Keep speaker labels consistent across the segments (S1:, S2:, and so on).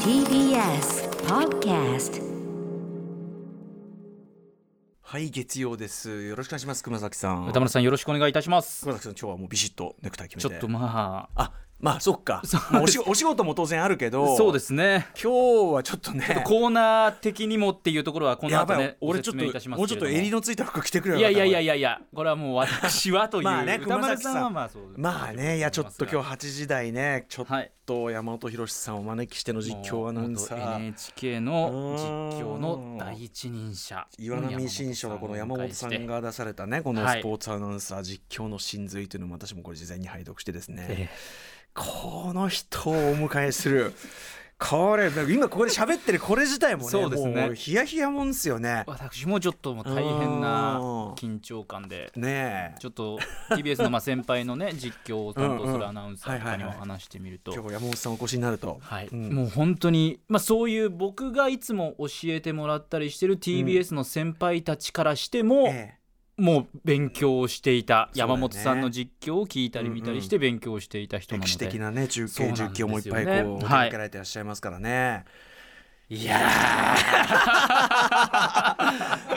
S1: TBS Podcast
S2: はい、月曜です。よろしくお願いします、熊崎さん。
S3: 歌丸さんよろしくお願いいたします。
S2: 熊崎さん、今日はもうビシッとネクタイ決
S3: ちょ
S2: めて。
S3: っとま
S2: あ、まあ、そっか
S3: そうです。
S2: まあお仕お仕事も当然あるけ
S3: あ
S2: ど。
S3: そうですね。
S2: 今日はちょっとね。
S3: コーナー的にもっていうところはこの
S2: や
S3: 後
S2: ばい、
S3: ね、
S2: 俺ちょっ
S3: ご説明いたし
S2: と、
S3: ます
S2: もうちょっと襟のついた服着てくれ
S3: けれども
S2: ば
S3: い
S2: よか
S3: や
S2: っ
S3: い
S2: た
S3: やいやいやいや、これはもう私はという。
S2: まあね
S3: 歌丸さ
S2: 熊崎
S3: ん
S2: さ
S3: は
S2: ん
S3: まあそう。
S2: まあね、いや、ちょっと今日8時台ね、ちょっ
S3: はい
S2: と山本博さんをお招きしての実況アナウンサ
S3: もう元
S2: ー。
S3: NHK の実況の第一人者。
S2: 岩波新書のこの山本さんが出されたねこのスポーツアナウンサー実況の真髄というのも私もこれ事前に拝読してですね、
S3: え
S2: この人をお迎えする。これ今ここで喋ってるこれ自体もね
S3: そうですね
S2: もうヒヤヒヤもんですよね
S3: え。私もちょっともう大変な緊張感で。
S2: ねえ
S3: ちょっと TBS のまあ先輩のね実況を担当するアナウンサーとかに
S2: うんうんはいはい
S3: も
S2: はい
S3: 話してみると
S2: 今日山本さんお越しになると、
S3: はい
S2: うん
S3: もう本当に、まあ、そういう僕がいつも教えてもらったりしてる TBS の先輩たちからしても、
S2: え
S3: もう勉強をしていた
S2: そうだね
S3: 山本さんの実況を聞いたり見たりして勉強していた
S2: え
S3: 人なの
S2: 歴
S3: で、
S2: 史的なね中
S3: そ
S2: 継
S3: うなんです
S2: 中
S3: よね
S2: 継もいっぱいこうお手
S3: はい
S2: 掛けられてらっしゃいますからね。
S3: いや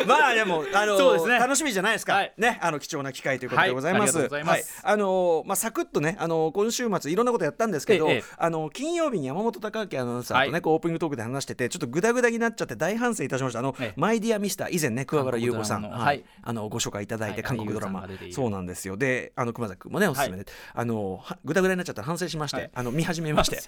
S2: まあでもあの
S3: そうですね
S2: 楽しみじゃないですか、
S3: はい
S2: ねあの貴重な機会ということ
S3: はい
S2: でございま
S3: あ
S2: す。
S3: りがとうございます
S2: はいあのまあサクッとねあの今週末いろんなことやったんですけど、
S3: ええええ
S2: あの金曜日に山本貴明アナウンサーとね、
S3: はい
S2: こうオープニングトークで話しててちょっとグダグダになっちゃって大反省いたしましたあの、
S3: ええ
S2: マイディアミスター以前ね桑原優子さん
S3: 韓国ドラマ
S2: は
S3: のはい
S2: い、あのご紹介いただいて、
S3: はい
S2: 韓国ドラマ
S3: 俳優さんが出ている
S2: そうなんですよであの熊崎君もねおすすめで、あのはグダグダになっちゃって反省しまして、
S3: はい
S2: あの見始めまして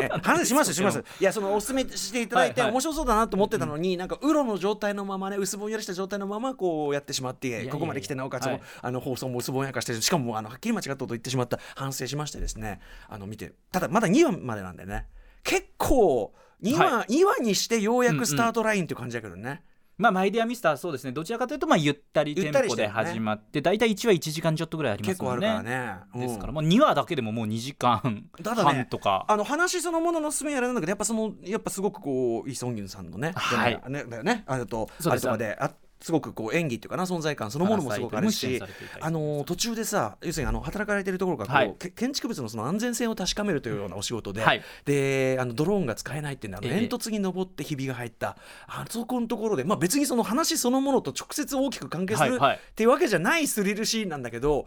S2: え反省しますよしますよいやそのおすすめしていただいて
S3: はいはい
S2: 面白そうだなと思ってたのに、なんかウロの状態のままね薄ぼんやりした状態のままこうやってしまって
S3: いや
S2: ここまで来てなおかつ、
S3: はい
S2: あの放送も薄ぼんやかしてしかもあのはっきり間違ったこと言ってしまった反省しましてですねあの見てただまだ2話までなんでね結構2話,、2話にしてようやくスタートラインっていう感じだけどね、
S3: まあ、マイディアミスターそうですねどちらかというとまあゆったりテ
S2: ゆったり
S3: ン
S2: し
S3: ポ
S2: て
S3: で
S2: るね
S3: 始まって大体1話1時間ちょっとぐらいありま
S2: 結
S3: すも
S2: 構あ
S3: ん
S2: る
S3: ね
S2: からね。うん
S3: ですから、もう2話だけでももう2時間
S2: ただね
S3: 半とか、
S2: あの話そのものの進めやらなんだけどやっぱそのやっぱすごくこうイ・ソンギュンさんのね、
S3: はい
S2: でねねねあれと
S3: そう
S2: あ
S3: で
S2: れ
S3: す
S2: とかであすごくこう演技っていうかな存在感そのものもすごくあるし
S3: パラサイトにも出演されていたりとか
S2: あの途中でさ要するにあの働かれてるところがこう、
S3: はい
S2: け建築物のその安全性を確かめるというようなお仕事で、
S3: はい
S2: であのドローンが使えないっていうのはあの
S3: ええ
S2: 煙突に登ってひびが入った、あそこのところで、まあ、別にその話そのものと直接大きく関係する、
S3: はいはい
S2: っていうわけじゃないスリルシーンなんだけど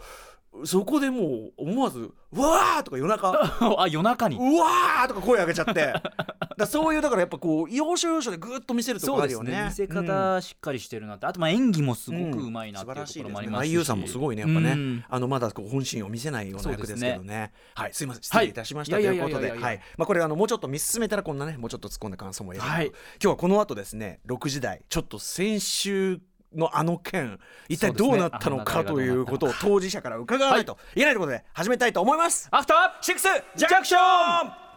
S2: そこでもう思わず「うわー!」とか夜中。
S3: あ夜中に
S2: うわーとか声上げちゃってだからそういうだからやっぱこう要所要所でぐーっと見せるとこあるよね
S3: 見せ
S2: うん
S3: 方しっかりしてるなって、あとまあ演技もすごくうまいなっ
S2: 素
S3: て
S2: 晴
S3: いうと
S2: ら
S3: こ
S2: しい
S3: ろ
S2: で
S3: もあ
S2: すね
S3: りますし、
S2: 俳優さんもすごいねやっぱね、
S3: うん
S2: あのまだこう本心を見せないような役ですけど
S3: そう
S2: ねはいすいません失礼いたしました、
S3: はい
S2: ということ
S3: いやいやいや
S2: で
S3: いやいや
S2: はいまあこれあのもうちょっと見進めたらこんなねもうちょっと突っ込んだ感想も言える、
S3: はい
S2: 今日はこの後ですね6時台ちょっと先週のあの件一体どうなったの
S3: そ
S2: か
S3: うですね
S2: ということを当事者から伺わないといけないということで始めたいと思います
S3: アフターシックスジャンクション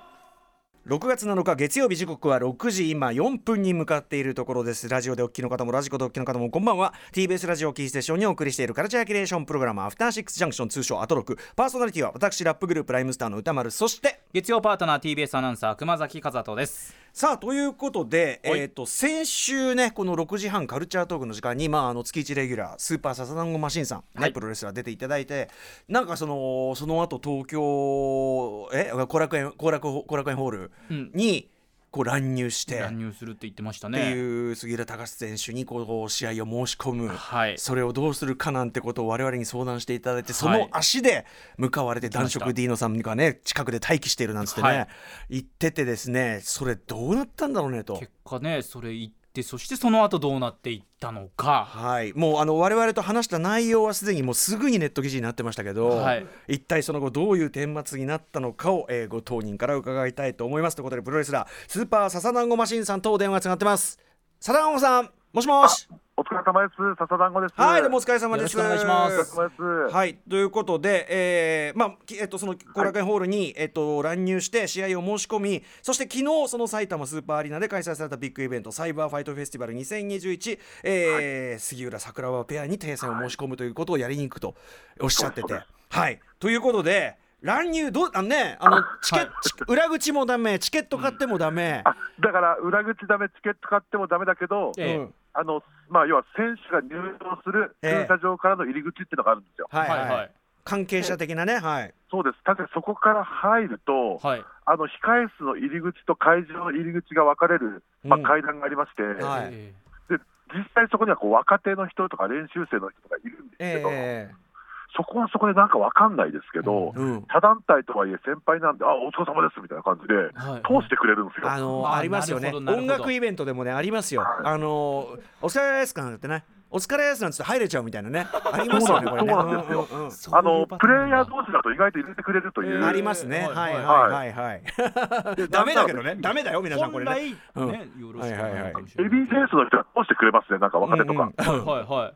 S2: 6月7日月曜日時刻は6時今4分に向かっているところですラジオでお聞きの方もラジコでお聞きの方もこんばんは TBS ラジオキーステーションにお送りしているカルチャーキュレーションプログラムアフターシックスジャンクション通称アトロクパーソナリティは私ラップグループライムスターの歌丸そして
S3: 月曜パートナー TBS アナウンサー熊崎和人です
S2: さあということで、え
S3: はい
S2: ー、と先週ねこの6時半カルチャートークの時間に、まあ、あの月1レギュラースーパーササダンゴマシンさん、ね
S3: はい
S2: プロレスラー出ていただいてなんかそのその後東京え後楽園後楽後楽園ホールに、こう乱入して。
S3: 乱入するって言ってました
S2: って
S3: ね
S2: いう杉浦隆選手にこう試合を申し込む、
S3: はい
S2: それをどうするかなんてことを我々に相談していただいてそ
S3: はい
S2: の足で向かわれて男
S3: 行きま
S2: 色
S3: し
S2: D のさんがね近くで待機しているなんつってね、
S3: はい
S2: 言っててですねそれどうなったんだろうねと。
S3: 結果ねそれ言ってそしてその後どうなっていったのか
S2: はい、もうあの我々と話した内容はすでにもうすぐにネット記事になってましたけど、
S3: はい
S2: 一体その後どういう顛末になったのかを、えーご当人から伺いたいと思いますということでプロレスラースーパーササダンゴマシンさんとお電話つながってますサダンゴさんもしもし
S4: お疲れ様です。笹団子です。
S2: はい、どうもお
S4: お疲
S2: 疲れ様です。
S3: よろしくお願いし
S4: れ様です。
S2: はい、ということで、えーまあきえっと、その後楽園ホールに、えっと、乱入して試合を申し込みそして昨日その埼玉スーパーアリーナで開催されたビッグイベントサイバーファイトフェスティバル2021、えー杉浦桜庭ペアに停戦を申し込むということをやりに行くとおっしゃってて。
S4: そう
S2: は
S4: で
S2: い、ということで乱入どうあの、ね、あのチケ
S3: はい
S2: チケ裏口もダメチケット買ってもダメ、
S4: あ、だから裏口ダメ、チケット買ってもダメだけど、
S3: ええ
S2: うん
S4: あのまあ要は選手が入場する
S2: ええ
S4: 駐車場からの入り口っていうのがあるんですよ。
S2: はいはい
S3: はい
S2: 関係者的なね、はい、
S4: そうです。確かにそこから入ると、
S3: はい
S4: あの控え室の入り口と会場の入り口が分かれる、まあ、
S2: うん
S4: 階段がありまして、
S2: はい
S3: え
S4: 実際そこにはこう若手の人とか練習生の人とかいるんですけど、
S2: え
S4: そこはそこでなんか分かんないですけど、
S2: えうん
S4: 他団体とはいえ先輩なんで、あお疲れ様ですみたいな感じで、
S3: えはい
S4: 通してくれるんですよ。
S2: あの
S3: あ
S2: ありますよ
S3: な
S2: ね
S3: るほどなる
S2: 音
S3: ほど
S2: 楽イベントでもねありますよ
S4: はい
S2: あのお疲れですかなんてねお疲れですなんつって入れちゃうみたいなねありますよね
S4: そ
S2: こ
S4: う
S2: れ
S4: なん
S2: ね
S4: そうなんですよ
S2: うんうんうん
S3: そうい
S4: あ
S3: うパターン
S4: の
S3: だ
S4: プレイヤー同士だと意外と入れてくれるという、
S3: えー
S2: ありますねはいはいはいはい
S4: で
S2: ダメだけどねダメだよ皆さんこ
S3: 本
S2: れね
S3: 来ね、
S2: うん
S3: よろしくお願いかもしれ
S4: エ
S3: ない
S4: ビフェイスの人が通してくれますね、なんか若手とか。
S2: うんうん
S3: はいはい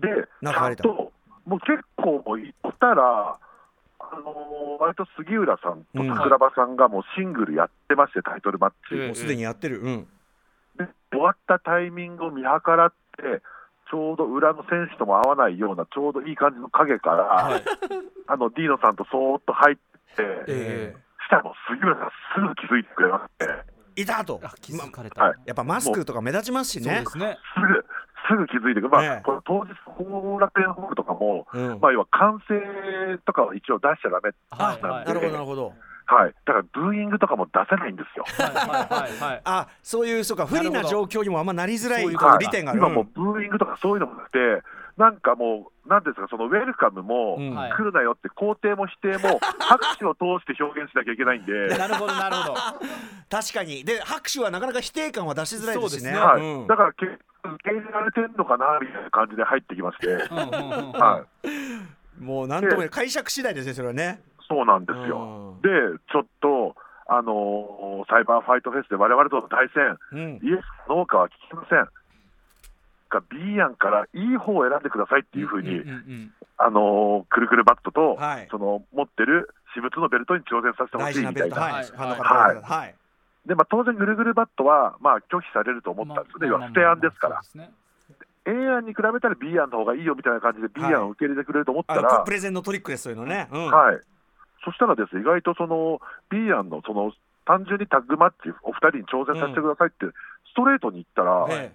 S4: で、ち
S2: 中
S4: ゃ
S2: 入れ
S4: ん
S2: た
S4: と、もう結構行ったら、あのー割と杉浦さんと桜庭さんがもうシングルやってまして、タイトルマッチ。
S3: え
S2: もうすでにやってるうん
S4: で終わったタイミングを見計らって、ちょうど裏の選手とも合わないような、ちょうどいい感じの影から、
S3: はい
S4: あのディーノさんとそーっと入って、
S2: ええ
S4: したらもう杉浦さん、すぐ気づいてくれまして、
S2: いたと
S3: あ気づ
S2: ま
S3: かれた、
S4: はい
S2: やっぱマスクとか目立ちますし
S3: そう
S2: ね
S3: ですね
S4: すぐ、すぐ気づいてくれ、まあ
S2: ええ
S4: これ当日、後楽園ホールとかも、
S2: うん
S4: まあ、要は歓声とかは一応出しちゃだめ、
S3: はいはい
S2: なるほどなるほど
S4: はい、だからブーイングとかも出せないんですよ。
S3: はいはいはいはい
S2: あそういうそうか不利な状況にもあんまなりづらい
S3: そういう
S2: こ
S3: こと
S2: の
S3: だ
S2: 利点がある
S4: 今もうブーイングとかそういうのもなくて、なんかもう、なんていうんですか、そのウェルカムも、
S2: うん
S3: はい
S4: 来るなよって肯定も否定 も、拍手を通して表現しなきゃいけないんで、
S3: なるほどなるほど
S2: 確かにで拍手はなかなか否定感は出しづらいですしね
S3: そう
S4: はい
S2: うん
S4: だから結構、受け入れられてんのかなみたいな感じで入ってきまして、
S3: うんうんうんうん
S4: はい、
S2: もうなんとも言えない解釈次第ですねそれはね
S4: そうなんですよ。で、ちょっと、あのーサイバーファイトフェスで我々との対戦、
S2: うん
S4: イエスかノーかは聞きません。が B 案からいい方を選んでくださいっていうふうに、
S3: んん
S4: あのーくるくるバットと、
S2: はい
S4: その持ってる私物のベルトに挑戦させてほ
S2: 大
S4: し
S2: 事
S4: い
S2: な
S4: み
S2: ベ
S4: た
S2: ル
S4: い
S2: ト
S4: な、
S2: はいファンの方
S4: はい
S2: 々はい
S4: でまあ、当然、ぐるぐるバットは、まあ、拒否されると思ったんですね、要は捨て案ですから、
S3: そうですね
S4: A 案に比べたら B 案の方がいいよみたいな感じで、B
S2: はい
S4: 案を受け入れてくれると思った
S2: あ
S4: ら、
S2: の
S4: は
S2: プレゼンのトリックですそういうのねうん
S4: いそしたらです、ね、意外とその B 案のその単純にタッグマッチ、お二人に挑戦させてくださいって、ストレートに言ったら、
S2: え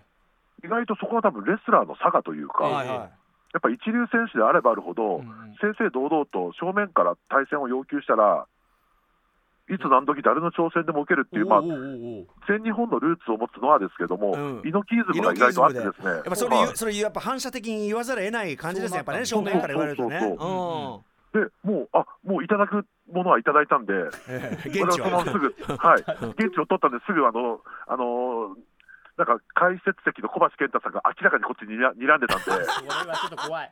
S4: 意外とそこは多分レスラーの差がという
S2: え
S4: か、
S2: はい
S4: や
S2: は
S4: っぱ一流選手であればあるほど、
S3: うんうん
S4: 正々堂々と正面から対戦を要求したら、いつ何時誰の挑戦でも受けるっていう、まあ
S3: お、うおうおうおう
S4: 全日本のルーツを持つノアですけども、
S2: うん
S4: イノキイズムが意外とあってですね、
S2: いやっぱそれ言うそれ言うやっぱ反射的に言わざるを得ない感じですねやっぱね
S3: そ
S2: 正
S3: うな
S2: 面
S3: ん
S2: から
S3: だ
S2: 言われるとね
S4: そうそう
S2: うん
S4: でもう、あもういただくものはいただいたんで、
S2: ええ
S4: こ
S2: 現地
S4: れは
S2: は
S4: そのすぐ、はい、現地を取ったんですぐあの、あのなんか解説席の小橋健太さんが明らかにこっちににら睨んでたんで、
S3: これはちょっと怖い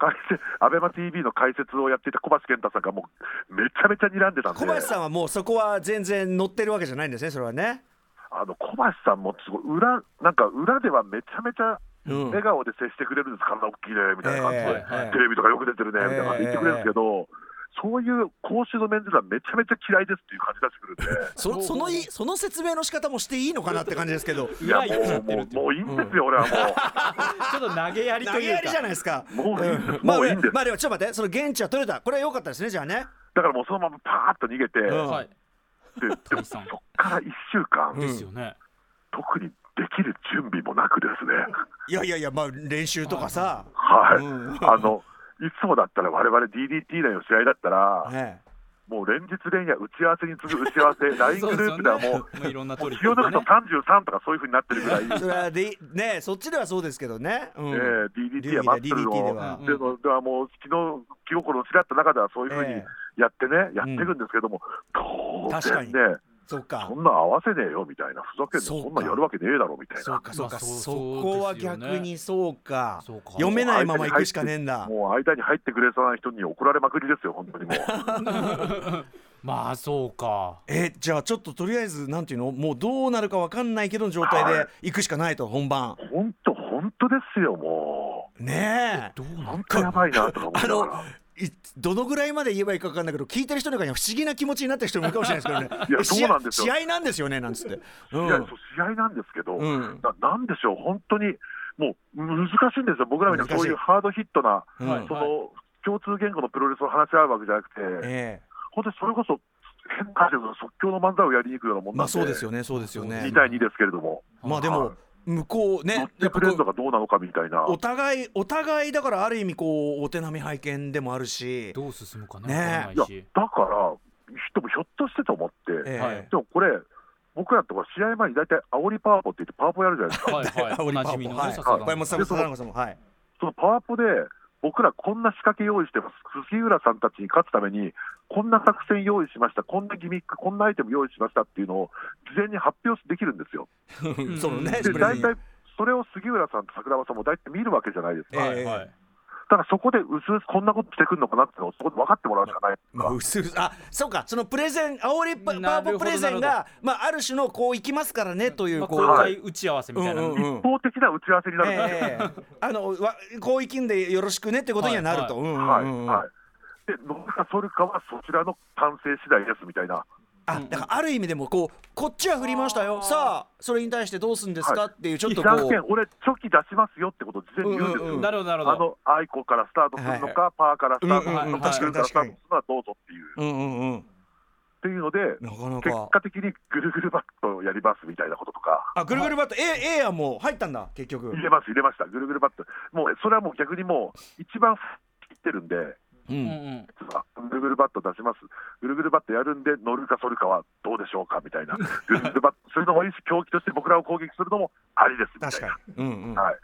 S4: 解説アベマ t v の解説をやっていた小橋健太さんが、もうめちゃめちゃ睨んでたんで、
S2: 小林さんはもうそこは全然乗ってるわけじゃないんですねそれはね
S4: あの小橋さんもすごい裏、なんか裏ではめちゃめちゃ
S2: うん
S4: 笑顔で接してくれるんです、体大きいねみたいな感じで、
S3: ええ
S4: テレビとかよく出てるねみたいな感じで言ってくれるんですけど、そういう公衆の面接はめちゃめちゃ嫌いですっていう感じ出してくるんで。
S2: そそのいその説明の仕方もしていいのかなって感じですけど
S4: いや
S3: 裏行っちゃってるってい
S4: もうもうもういいんですよ、俺は
S3: ちょっと投げやりと
S2: 投げ
S3: いう
S2: や
S3: か
S2: りじゃないですか
S4: もう。もういいんです、
S2: まあ
S4: もういいんです。
S2: まあでもちょっと待ってその現地は取れたこれは良かったですねじゃあね
S4: だからもうそのままパーッと逃げて、
S2: うん
S3: はい
S4: でで
S3: 解
S4: もそ
S3: 散
S4: っから1週間、
S2: うん
S3: ですよね
S4: 特にできる準備もなくですね、
S2: いやいやいやまあ練習とかさ
S4: はい、
S2: うん
S4: あのいつもだったら、我々 DDT の試合だったら、
S2: ね
S4: もう連日連夜、打ち合わせに次ぐ打ち合わせ、LINE
S3: そう
S4: グ
S3: です
S4: ル
S3: よね
S4: ープではもう、
S3: もういろんなトリッ
S4: 気を
S3: ク
S4: 抜
S3: が
S4: くと
S3: ね
S4: 33とかそういうふうになってるぐらい、
S2: それはでねそっちではそうですけどねうん
S4: えー DDT やマッスル
S2: DDT で
S4: を
S2: は
S4: っていうのではもう昨日気心を失った中ではそういうふうに
S2: え
S4: やってね、やっていくんですけども、当
S2: 確か
S4: 然
S2: に
S4: ね、
S2: そっか
S4: そんなん合わせねえよみたいな、ふざけん
S2: そうか
S4: のそんなんやるわけねえだろみたい
S2: そう
S4: な、
S2: かそうか
S3: まあそう
S2: そこは
S3: そうですよね
S2: 逆にそうか
S3: そうか
S2: 読めないまま行くしかねえんだ
S4: もう間に入ってくれそうな人に怒られまくりですよ、本当にも う。
S3: まあそうか
S2: えじゃあちょっととりあえずなんていうのもうどうなるかわかんないけどの状態
S4: は
S2: で
S4: い
S2: 行くしかないと本番
S4: 本当、本当ですよ、も
S2: ねえ
S3: どう
S4: う、
S3: な
S4: 本当やばいなとか思い
S2: あ
S4: なが
S2: の
S4: ら。
S2: いどのぐらいまで言えばいいかわかんないけど聞いてる人の中には不思議な気持ちになってる人もいるかもしれないですけどね
S4: いや
S2: え
S4: そうなんです
S2: 試
S4: よ
S2: 合試合なんですよねなんつって う
S4: いやそう試合なんですけど、
S2: うん
S4: ななんでしょう、本当にもう難しいんですよ、僕らみたいな
S2: 難しい
S4: そういうハードヒットな、
S2: うん
S3: はい
S4: その共通言語のプロレスを話し合うわけじゃなくて、
S2: ええ
S4: 本当にそれこそ変化で即興の漫才をやりに行くようなもん
S2: まあ
S4: なんで、
S2: そうですよねそうですよね
S4: 2対2ですけれども、
S2: まあでも向こう
S4: 乗
S2: ね
S4: っ
S2: や
S4: て
S2: っぱ
S4: く
S2: こ
S4: れるの
S2: う
S4: がどうなのかみたいな、
S2: お互いお互いだからある意味こうお手並み拝見でもあるし
S3: どう進むかね
S2: ねえ
S3: わからない
S4: いや
S3: し
S4: だから、人もひょっとしてと思って、
S2: ええ
S3: はい
S4: でもこれ、僕らとか試合前に大体、煽りパワポって言って、パワポやるじゃないですか、
S3: は いはい、お
S2: 煽りパ
S3: な
S2: ワポ
S3: じみのね、
S2: はい
S3: 笹
S4: はい
S3: 田
S2: 小山さんも笹中さんもはい
S4: そのパワポで、僕らこんな仕掛け用意してます、杉浦さんたちに勝つために、こんな作戦用意しました、こんなギミック、こんなアイテム用意しましたっていうのを、事前に発表できるんですよ。
S3: ん
S2: そのね
S4: で、
S2: プレゼ
S4: 大
S2: ン
S4: 体それを杉浦さんと桜庭さんも大体見るわけじゃないですか、
S2: え
S3: はいはい
S4: だからそこでうすうすこんなことしてくるのかなっていうのを、そこで分かってもらうしかないですか
S2: まあ、うすうすあそうかそのプレゼン煽りパパ
S3: な
S2: ワ
S3: る
S2: ポ
S3: ほど
S2: プレゼン
S3: な
S2: が、まあ、ある種のこういきますからねという
S3: まあ、
S2: こ
S3: 公
S2: う、
S3: 開打ち合わせみ
S2: うん
S3: たいな、
S2: うんうん
S4: 一方的な打ち合わせになるんですよ
S2: ええあのわこういきんでよろしくねってことにはなると、うんうん
S4: はい
S2: うんうん
S4: はい、で野村ソルカはそちらの完成次第ですみたいな、
S2: あだからある意味でもこうこっちは振りましたよさあそれに対してどうするんですか、
S4: は
S2: っていうちょっとこ
S4: 3点
S2: う、
S4: 俺、チョキ出しますよってことを事前に言うんですよ、
S2: うんうんうん
S3: なるほどなるほ
S4: あ
S3: ど
S4: のアイコからスタートするのか、パーからスタートするの
S3: うんうんうん
S4: か、
S3: 確か
S2: に
S4: グルーからスター
S2: 確か
S4: ト
S2: に
S4: するのはどうぞっていう。
S2: うんうんうん、
S4: っていうので
S2: なかな
S4: 結
S2: か
S4: 果的にぐるぐるバットをやりますみたいなこととか、
S2: あぐるぐるバット A, A 案も入ったんだ結局
S4: 入、れます、入れました、ぐるぐるバット、もうそれはもう逆にもう、一番切ってるんで、
S2: う
S3: うんんうん
S4: ぐるぐるバット出します、ぐるぐるバットやるんで、乗るかそるかはどうでしょうかみたいな、ぐるぐるバットするのもいいし、狂気として僕らを攻撃するのもありですみたいな。
S2: 確かに、うんうん、
S4: はい、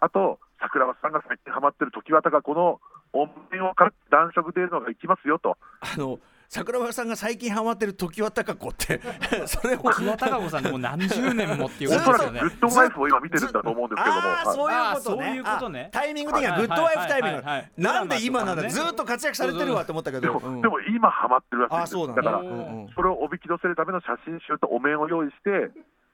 S4: あと、桜庭さんが最近ハマってる時綿がこの音源をから暖色出るのがいきますよと、
S2: あの桜庭さんが最近ハマってる常盤貴子って それを
S3: 桑田孝子さんでもう何十年もっていう
S4: お
S3: こ
S4: そ
S3: とですよ
S4: らく
S3: ね
S4: グッドワイフを今見てるんだと思うんですけども、
S2: ああ
S4: はい
S3: はい
S2: そういう
S3: あーそういう
S2: こ
S3: ことと
S2: ね
S3: ね
S2: あタイミング的には
S3: は
S2: グ
S3: い
S2: ッドワイフタイミン
S3: はいはいはい
S2: グなんで今なんだ
S3: ドラマと
S2: ず
S3: かね
S2: っと活躍されてるわと思ったけ
S4: で
S2: ど
S4: も
S2: うん
S4: でも今ハマってるらしいん
S2: あ
S4: で
S2: あ
S4: す
S2: そうなん
S4: だか
S2: だ
S4: ら
S2: う、ん
S4: それをおびき寄せるための写真集とお面を用意して、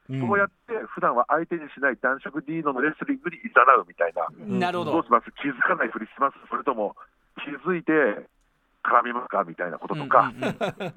S2: うん
S4: そうやって普段は相手にしない暖色 D のレスリングにいざなうみたいな、
S2: うん
S3: なるほ
S4: どう
S3: ど
S4: します、気づかないふりします、それとも気づいて絡みますかみたいなこととか。
S3: うんうんうん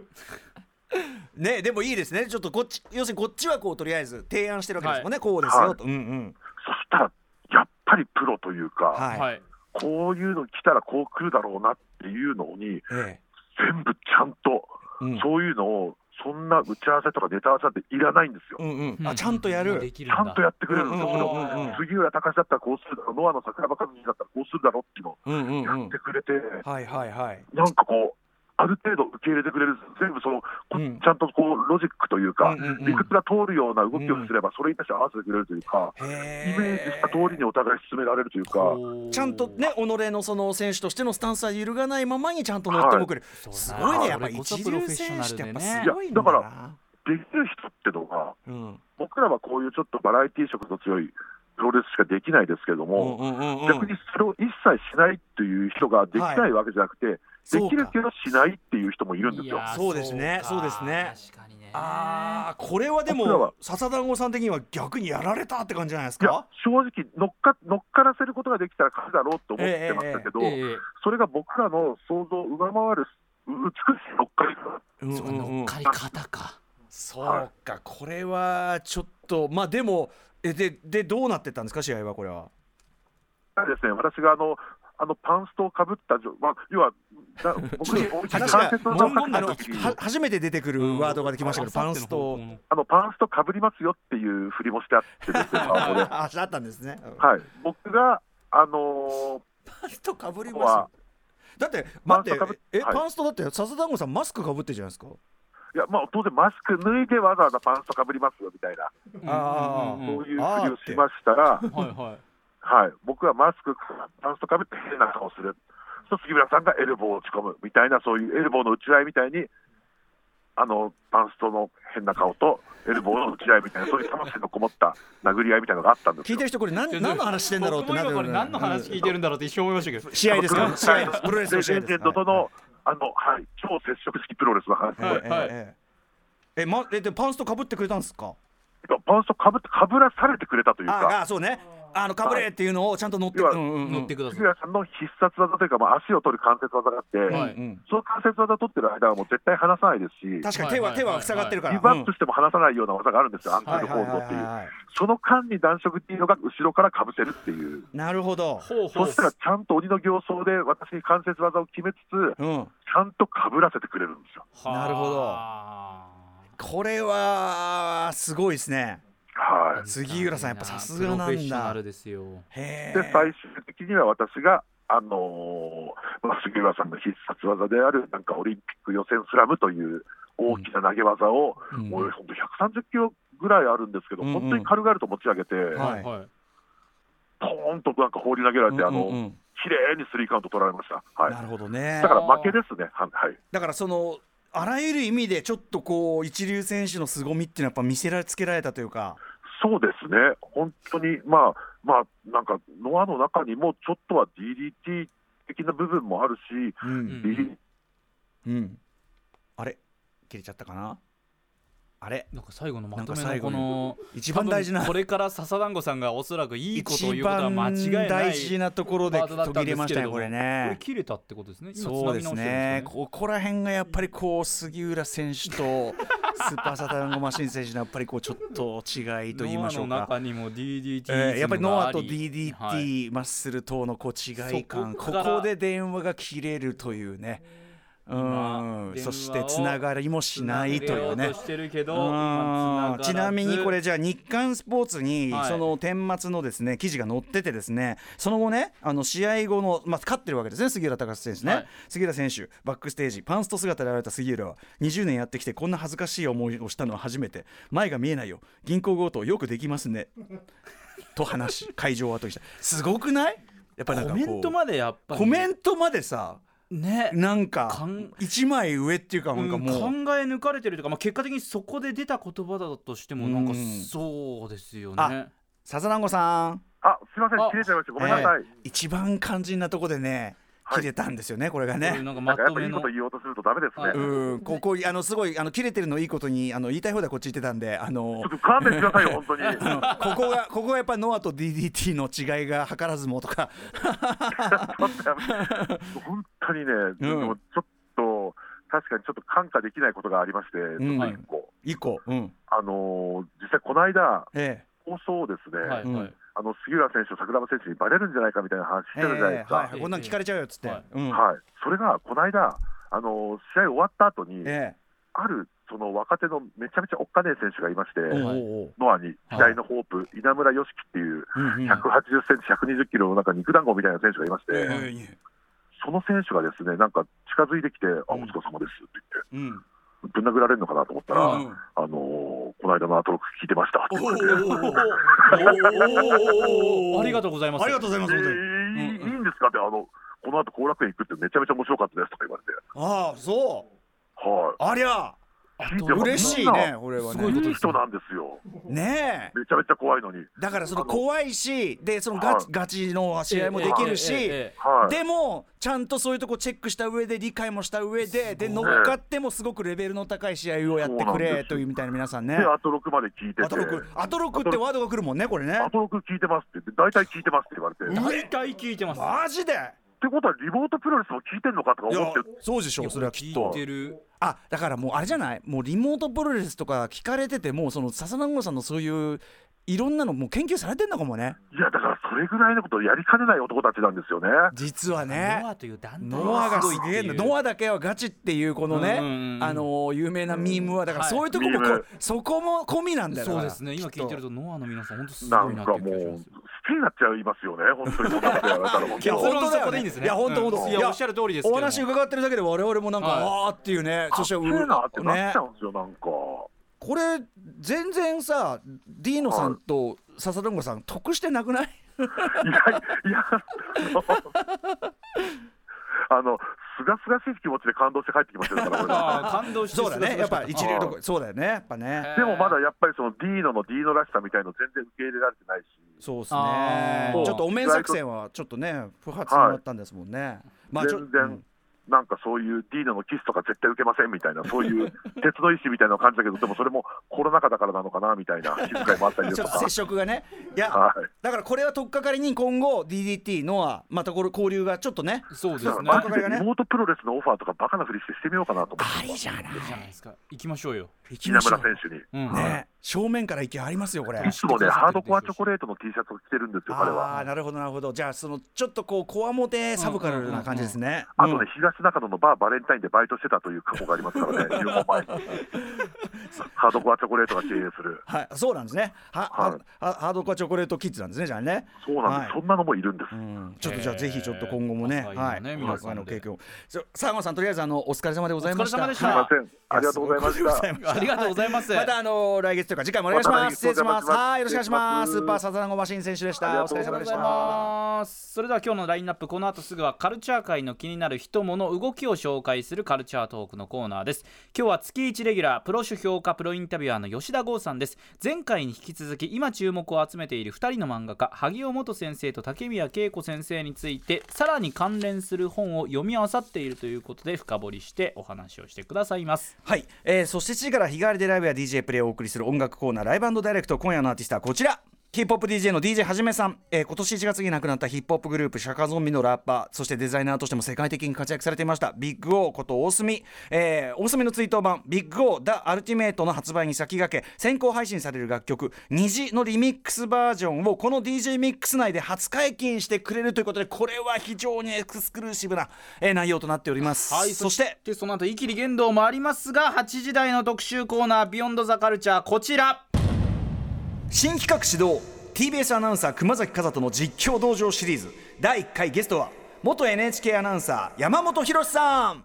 S2: ねでもいいですねちょっとこっち要するにこっちはこうとりあえず提案してるわけですもんねこうです
S4: は
S2: よ
S4: い
S2: とうんうん
S4: そしたら、やっぱりプロというか、
S2: は
S3: はいい
S4: こういうの来たらこう来るだろうなっていうのに、
S2: ええ
S4: 全部ちゃんと、
S2: うん
S4: そういうのを、そんな打ち合わせとかネタ合わせっていらないんですよ。
S2: うんうんあちゃんとやる
S3: でき
S4: ち
S3: るん
S4: ゃ
S3: だ
S4: んとやってくれるんですよ、
S2: うん
S4: それ
S2: うんうんうん
S4: を杉浦隆だったらこうするだろう、ノアの桜庭和樹だったらこうするだろうっていうのを
S2: うんうんう
S4: やっ
S2: ん
S4: てくれて、
S2: はいはいはい
S4: なんかこう、ある程度受け入れてくれる、全部その、こ
S2: うん
S4: ちゃんとこうロジックというか、
S2: うんうんうん
S4: 理屈が通るような動きをすれば、それに対して合わせてくれるというか、イメージした通りにお互い進められるというか。
S3: おー
S2: ちゃんとね己のその選手としてのスタンスは揺るがないままにちゃんと乗ってもくる、
S3: そうだ
S2: すごいねやっぱ
S3: それこそ
S2: 一
S3: プロフェ
S2: 流
S3: ッショ
S2: 選手って
S3: ナルで
S2: やっぱ
S3: ね
S2: すごいんだ
S4: いやだか
S2: な
S4: できる人ってのが、
S2: うん
S4: 僕らはこういうちょっとバラエティー色の強いプロレスしかできないですけれど
S2: うん
S4: も、
S2: うんうんうん
S4: 逆にそれを一切しないっていう人ができないわけじゃなくて、で
S2: そう
S4: きる
S2: か
S4: けどしないっていう人もいるんですよ。
S3: やー
S2: そうですね
S3: か
S2: そうですね
S3: 確かにね
S2: ああこれはで
S4: 僕ら
S2: も
S4: は
S2: 笹団子さん的には逆にやられたって感じじゃないです
S4: いや
S2: か
S4: 正直乗っか、乗っからせることができたら勝ちだろうと思ってましたけど、
S3: ええ
S4: それが僕らの想像を上回る美しい乗っかり方
S2: うんうん
S3: そう
S2: うん
S3: 乗っかり方か
S2: そうかこれはちょっとまあでもえででどうなってったんですか試合はこれは
S4: がですね、私があの、あのパンストをかぶったじょ、まあ、要は、な 僕の
S2: 話
S4: 関
S2: が
S4: 節の
S2: もん
S4: か
S2: もん
S4: ぶ
S2: あ
S4: っ
S2: の
S4: た時に
S2: は初めて出てくるワードができましたけどパンスト
S4: あのパンストかぶりますよっていう振りもして あってですね、あの
S2: ああったんですねうん
S4: はい、僕が、あの
S2: パンストかぶり
S4: ー、
S2: ますよだって
S4: パン
S2: 待
S4: スト
S2: っ
S4: かぶ
S2: てえ
S4: はい
S2: パンストだって笹団子さんマスクかぶってるじゃないですか
S4: いやまあ、当然、マスク脱いでわざわざパンストかぶりますよみたいな、
S2: あー
S3: うんうんうん
S4: そうういうふりをしました
S3: んは
S4: ら、
S3: いはい
S4: はい、僕はマスク、パンストかぶって変な顔する、そう杉村さんがエルボーを打ち込むみたいな、そういうエルボーの打ち合いみたいに、あのパンストの変な顔とエルボーの打ち合いみたいな、そういう魂のこもった殴り合いみたいなのがあったんです
S2: 聞い
S4: よ
S2: て。る人これ何何の話してんだろうって
S3: 僕
S2: な
S3: も
S2: るよね
S3: 今これ何の話聞いてるんだろうって一瞬思いましたけど
S2: 試合ですから試合ですプロレスの試合
S4: レ
S2: で
S4: ジ
S2: す
S4: ェンドとの、あの、はい、超接触式プロレスの話、
S2: はい
S3: は
S2: え
S3: い
S2: ええええまえでパンストかぶってくれたんですか
S4: パンストかぶって、かぶらされてくれたというか
S2: あ。あそうねあのかぶれっていうのをちゃんと乗って
S4: 要は
S2: うんうんうん
S3: 乗ってくださ
S4: 杉浦さんの必殺技というか、まあ、足を取る関節技があって、
S3: はい
S2: うん
S4: その関節技を取ってる間はもう絶対離さないですし、
S2: 確かに手は
S3: はいはいはい
S2: 手は塞がってるから
S4: ギブア
S2: うん
S4: ップしても離さないような技があるんですよ、アンク
S2: はい
S4: ル
S2: はい
S4: ホールドっ
S2: は
S4: て
S2: い
S4: いう、
S2: はい
S4: その間に暖色っていうのが後ろからかぶせるっていう、
S2: なるほど
S3: ほうほ
S4: そうしたらちゃんと鬼の形相で私に関節技を決めつつ、ち
S2: うん
S4: ゃんとかぶらせてくれるんですよ。
S3: はあ
S2: なるほどこれはすごいですね
S4: はい
S2: 杉浦さんやっぱさすがなんだ
S3: プロフェッショナルですよ
S2: へ
S4: で
S2: え
S4: 最終的には私があのーまあ、杉浦さんの必殺技である、なんかオリンピック予選スラムという大きな投げ技を、
S2: うん
S4: もう本当、130キロぐらいあるんですけど、
S2: うんうん
S4: 本当に軽々と持ち上げて、
S2: はい
S3: はい
S4: ポーンとなんか放り投げられて、あ
S2: うんうんう
S4: の
S2: ん
S4: 綺麗にスリーカウント取られました、はい、
S2: なるほどね
S4: だから負けですね、ははい、
S2: だからそのあらゆる意味でちょっとこう一流選手の凄みっていうのはやっぱ見せられつけられたというか
S4: そうですね、本当に、まあ、まあ、なんか、ノアの中にも、ちょっとは DDT 的な部分もあるし、
S2: う
S3: うん
S2: ん、
S4: DDT
S2: うん、あれ切れちゃったかなあれ
S3: なんか最後のま
S2: な
S3: と
S2: ん
S3: め
S2: か最後
S3: のこの
S2: 一番大事な
S3: 多分これから笹団子さんがおそらくいいことを言
S2: 一
S3: うことは間違
S2: 番
S3: いない
S2: 大事なところで
S3: ワードだっ
S2: 途
S3: たん
S2: 切
S3: で
S2: れ
S3: す
S2: まし
S3: け
S2: た
S3: れ
S2: ね
S3: ども
S2: これ
S3: これ
S2: ね。
S3: 切れたってことですね今
S2: そうで
S3: つな
S2: す
S3: ぎ直してるんです
S2: ね
S3: よね
S2: ここら辺がやっぱりこう杉浦選手とスーパーサタンゴマシン選手のやっぱりこうちょっと違いと言いましょう
S3: ノアの
S2: か。
S3: 中にも DDT イズムがあ
S2: えー
S3: り
S2: やっぱりノアと
S3: はい
S2: DDT マッスル等のこう違い感、
S3: そ
S2: こ
S3: こから
S2: こで電話が切れるというね、うん
S3: 今、
S2: そしてつながりもしないという
S3: 繋げよ
S2: ね
S3: うと。してるけど
S2: うんちなみにこれ
S3: で
S2: じゃあ日刊スポーツに
S3: はい
S2: その顛末のですね記事が載っててですねその後ねあの試合後のまあ勝ってるわけですね杉浦隆選手ね、
S3: はい
S2: 杉浦選手バックステージパンスト姿で現れた杉浦は20年やってきてこんな恥ずかしい思いをしたのは初めて前が見えないよ銀行強盗よくできますねと話し 会場を後にしたすごくないやっぱりなんかこ
S3: コメ
S2: う
S3: ントまでやっぱり
S2: コメントまでさ
S3: ね
S2: なんか
S3: かん
S2: 一枚上っていうかなんかもう、
S3: うん考え抜かれてるというか、まあ、結果的にそこで出た言葉だとしてもなんか
S2: うん
S3: そうですよ
S2: あ
S3: ね。
S2: 笹団子さん
S4: あすみませ
S3: あ
S4: ん、切れちゃいました、ごめんなさい、
S2: ええ一番肝心なとこでね、
S4: はい
S2: 切れたんですよね、これが
S3: こういう
S2: ね。
S3: なんか
S4: な
S3: ま
S4: んかやっ
S3: と
S4: ぱ
S3: め
S4: いいこ
S3: の
S4: と言おうとするとダメです
S3: はいう
S4: ね、
S2: ん、ここあのすごいあの切れてるのいいことにあの言いたい放題こっち言ってたんで、あ の
S4: ちょっと勘弁してくださいよ、 本当に。
S2: あ のここがここがやっぱノアと DDT の違いが図らずもとか、
S4: 本当にね、でもちょっと、確かにちょっと感化できないことがありまして、
S2: うん
S4: 一個
S2: 以降、うん、
S4: あのー実際、この間、
S2: え
S4: 放送をですね、
S3: はい
S2: うん
S3: はい
S4: あの杉浦選手と桜庭選手にバレるんじゃないかみたいな話し
S2: え
S4: てたじゃないです
S2: は
S4: か、
S2: い、こんなん聞かれちゃうよっつって、
S3: はい
S2: うん、
S4: はい、それがこの間、あのー試合終わった後に、
S2: え
S4: あるその若手のめちゃめちゃおっかねえ選手がいまして、
S2: え、おうおうおう、
S4: ノアに期待のホープ、稲村良樹っていう、
S2: うんうん、
S4: 180センチ、120キロの中、肉団子みたいな選手がいまして、
S2: ええ
S4: その選手がですねなんか近づいてきて、あ
S2: うん
S4: お疲れ様ですって
S2: うん、
S4: 言って、ぶん殴られるのかなと思ったら、
S2: うんうん
S4: あのーこの間のアトロック聞いてましたって
S2: おう
S4: 言
S2: お
S4: われて。
S2: うおうおうおうおうおうおう
S3: ありがとうございます
S2: ありがとうございます
S4: え
S2: 本当に。
S4: ーい
S2: う
S4: い
S2: んうん
S4: いいんですかって、あのこの後後楽園行くってめちゃめちゃ面白かったですとか言われて、
S2: ああ、そう、
S4: は
S2: ありゃ、
S4: い、
S3: と
S4: 聞いてます
S2: 嬉しいね、これは
S3: すご
S2: ね
S3: いこ。とで
S4: いい
S3: すね
S4: 人なんですよ、
S2: ねえ。
S4: めちゃめちゃ怖いのに、
S2: だからその怖いしでそのガチ,、
S4: はい
S2: ガチの試合もできるし、
S3: ええええええ
S4: はい、
S2: でもちゃんとそういうとこチェックした上で理解もした上でで乗っかってもすごくレベルの高い試合をやってく
S4: そうなんです
S2: れ
S4: よ
S2: というみたいな皆さんね
S4: で、アトロクまで聞いてて、
S2: アトロクアトロクってワードが来るもんねこれね
S4: アトロク聞いてますって言って、大体聞いてますって言われて、
S3: 大
S4: っ
S3: 体聞いてます。
S2: マジで
S4: てことは、リモートプロレスも聞いてんのかとか
S2: い
S4: 思
S2: や
S4: って、
S2: そうでしょうそれはきっ
S3: 聞い
S2: と
S3: てる。
S2: あだからもうあれじゃないもうリモートプロレスとか聞かれててもうその笹団子さんのそういういろんなのもう研究されてんのかもね
S4: いや、だからそれぐらいのことをやりかねない男たちなんですよね。
S2: 実はね
S3: ノアという団体
S2: ノアがす
S3: ごいって
S2: げえ
S3: い
S2: ん
S3: う
S2: だノアだけはガチっていうこのね、
S3: うんうんうん
S2: あのー有名なミームはだから
S3: はい
S2: そういうとこもこ、
S4: ミーム
S2: そこも込みなんだよ
S3: そうですね。今聞いてるとノアの皆さん本当すごいなっていう気がし
S4: なん
S3: ま
S4: かもう
S3: す。
S4: 好きになっちゃいますよね、本当にこんなことやられたら、本
S2: いや
S4: 当
S2: 本当だよ、ね、
S3: 結
S4: に
S3: 論そこでいいんですね
S2: いや本当本当、
S3: うん
S2: い
S3: い
S2: や
S3: やおっしゃる通りですけど
S2: お
S3: も
S2: 話伺ってるだけで我々もなんか、
S3: はい
S2: あーっていうねそして
S4: 好きなってなっ
S2: ね
S4: ちゃうんですよ、なんか。
S2: これ全然さディーノさんと笹団子さん得してなくない
S4: いや、いや、あの、すがすがしい気持ちで感動して帰ってきましたよだか ら俺
S3: ああ感動して
S2: そうだ ねやっぱ一流と
S4: あ
S2: こそうだよねやっぱね
S4: でもまだやっぱりそのディーノのディーノらしさみたいの全然受け入れられてないし、
S2: そうですね
S3: あ
S2: ちょ
S3: ー
S2: っとお面作戦はちょっとね不発になったんですもんね、まあちょ
S4: 全然、なんかそういうディーノのキスとか絶対受けませんみたいな、そ ういう鉄の意志みたいな感じだけど、でもそれもコロナ禍だからなのかなみたいな気遣いもあったり
S2: ち
S4: と
S2: ょっと
S4: か
S2: 接。触がね、いや、
S4: はい
S2: だからこれは取っかかりに今後、DDT、ノア、またこれ交流がちょっとね、
S3: そうです
S4: だ
S3: ね
S4: から。
S2: なん
S4: マ
S2: か
S4: ジでリモートプロレスのオファーとかバカなふりしてしてみようかなと思って
S2: ありじゃない、
S3: じゃないですか。行きましょうよ。
S2: 行き
S4: 稲
S2: ましょ
S4: 村
S2: う
S4: 選手に。
S3: うん。
S2: ね、正面から意見ありますよこれ
S4: いつもね、ハードコアチョコレートの T シャツを着てるんですよ、彼
S2: あ
S4: は。
S2: あなるほどなるほどじゃあそのちょっとこうこわもてサブカルな感じですね
S4: あとね、東中野のバーバレンタインでバイトしてたという過去がありますからね、15前 に。ハードコアチョコレートが経営する。
S2: はい、そうなんですね。は、は
S4: はい
S2: はハードコアチョコレートキッズなんですね、じゃあね。
S4: そうなんです、
S2: はい
S4: そんなのもいるんです。
S2: うん、ちょっとじゃあぜひちょっと今後もね、
S3: えー
S2: はい、
S3: ね
S2: 皆
S3: 皆
S2: さ
S3: さ
S2: ん
S3: んで
S2: の経験を。そう佐山さんとりあえずあのお疲れ様でございました。
S3: お疲れ様でし
S4: すい
S3: た
S2: は
S4: ません、ありがとうございました。
S2: い
S3: ありがとうございます。
S2: またあの来月というか次回もお願いし
S4: ま
S2: ま
S4: た
S2: す。失礼します。
S4: お願いします
S2: はい、よろしくお願いします。スー
S4: 失礼します
S2: パーサザナゴマシン選手でし
S4: あり
S2: た。お
S4: が
S2: 疲
S4: とう
S2: れ様
S4: ござ
S2: で
S4: い
S2: し
S3: ありがとうござい
S2: た。
S3: ますそれでは今日のラインナップこの後すぐはカルチャー界の気になる人物動きを紹介するカルチャートークのコーナーです今日は月1レギュラープロ主評価プロインタビュアーの吉田剛さんです前回に引き続き今注目を集めている2人の漫画家萩尾元先生と竹宮恵子先生についてさらに関連する本を読み漁っているということで深掘りしてお話をしてくださいます
S2: はい、えー、そして7時から日替わりでライブや DJ プレイをお送りする音楽コーナーライブダイレクト今夜のアーティストはこちらヒップホップ DJ の DJ はじめさん、えー今年1月に亡くなったヒップホップグループシャカゾンビのラッパーそしてデザイナーとしても世界的に活躍されていましたビッグオーこと大隅、えー、大隅の追悼版ビッグオーダ・アルティメイトの発売に先駆け先行配信される楽曲「虹」のリミックスバージョンをこの DJ ミックス内で初解禁してくれるということでこれは非常にエクスクルーシブな、えー内容となっております、そして
S3: でその後イキリ言動もありますが8時台の特集コーナー「ビヨンドザカルチャーこちら
S2: 新企画始動 TBS アナウンサー熊崎風人の実況道場シリーズ第1回ゲストは元 NHK アナウンサー山本博さん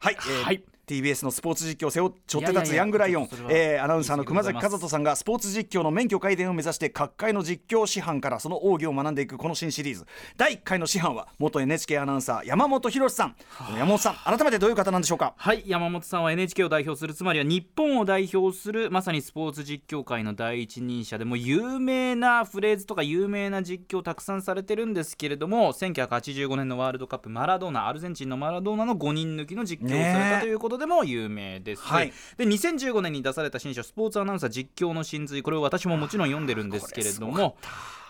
S2: はい、えー
S3: はい
S2: TBS のスポーツ実況を背負っちょって
S3: いやい
S2: 立つ
S3: やいや
S2: ヤングライオン
S3: ちょっとそれは
S2: えーアナウンサーの熊崎
S3: いいです
S2: 風人さんがスポーツ実況の免許改善を目指して各界の実況師範からその奥義を学んでいくこの新シリーズ第1回の師範は元 NHK アナウンサー山本博さん山本さん改めてどういう方なんでしょうか
S3: はい山本さんは NHK を代表するつまりは日本を代表するまさにスポーツ実況界の第一人者でもう有名なフレーズとか有名な実況をたくさんされてるんですけれども1985年のワールドカップマラドーナアルゼンチンのマラドーナの5人抜きの実況をされ
S2: ねえ
S3: たということでも有名です、
S2: はい
S3: で2015年に出された新書「スポーツアナウンサー実況の真髄」これを私ももちろん読んでるんですけれども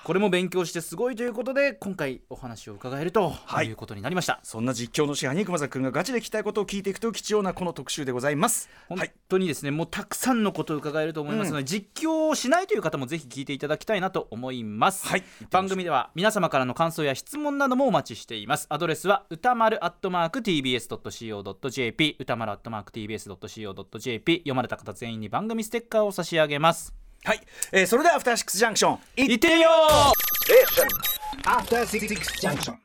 S3: これも勉強してすごいということで今回お話を伺えると
S2: い
S3: いうことになりました、
S2: そんな実況の師範に熊崎君がガチで聞きたいことを聞いていくという貴重なこの特集でございます
S3: 本
S2: はい
S3: 当にですね、もうたくさんのことを伺えると思いますので、実況をしないという方もぜひ聞いていただきたいなと思います、
S2: はい
S3: 番組では皆様からの感想や質問などもお待ちしていますアドレスは歌丸 @tbs.co.jp 歌丸 @tbs.co.jp 読まれた方全員に番組ステッカーを差し上げます
S2: はい、えーそれではアフターシックスジャンクションい
S3: いってみよう
S2: アフターシックスジャンクション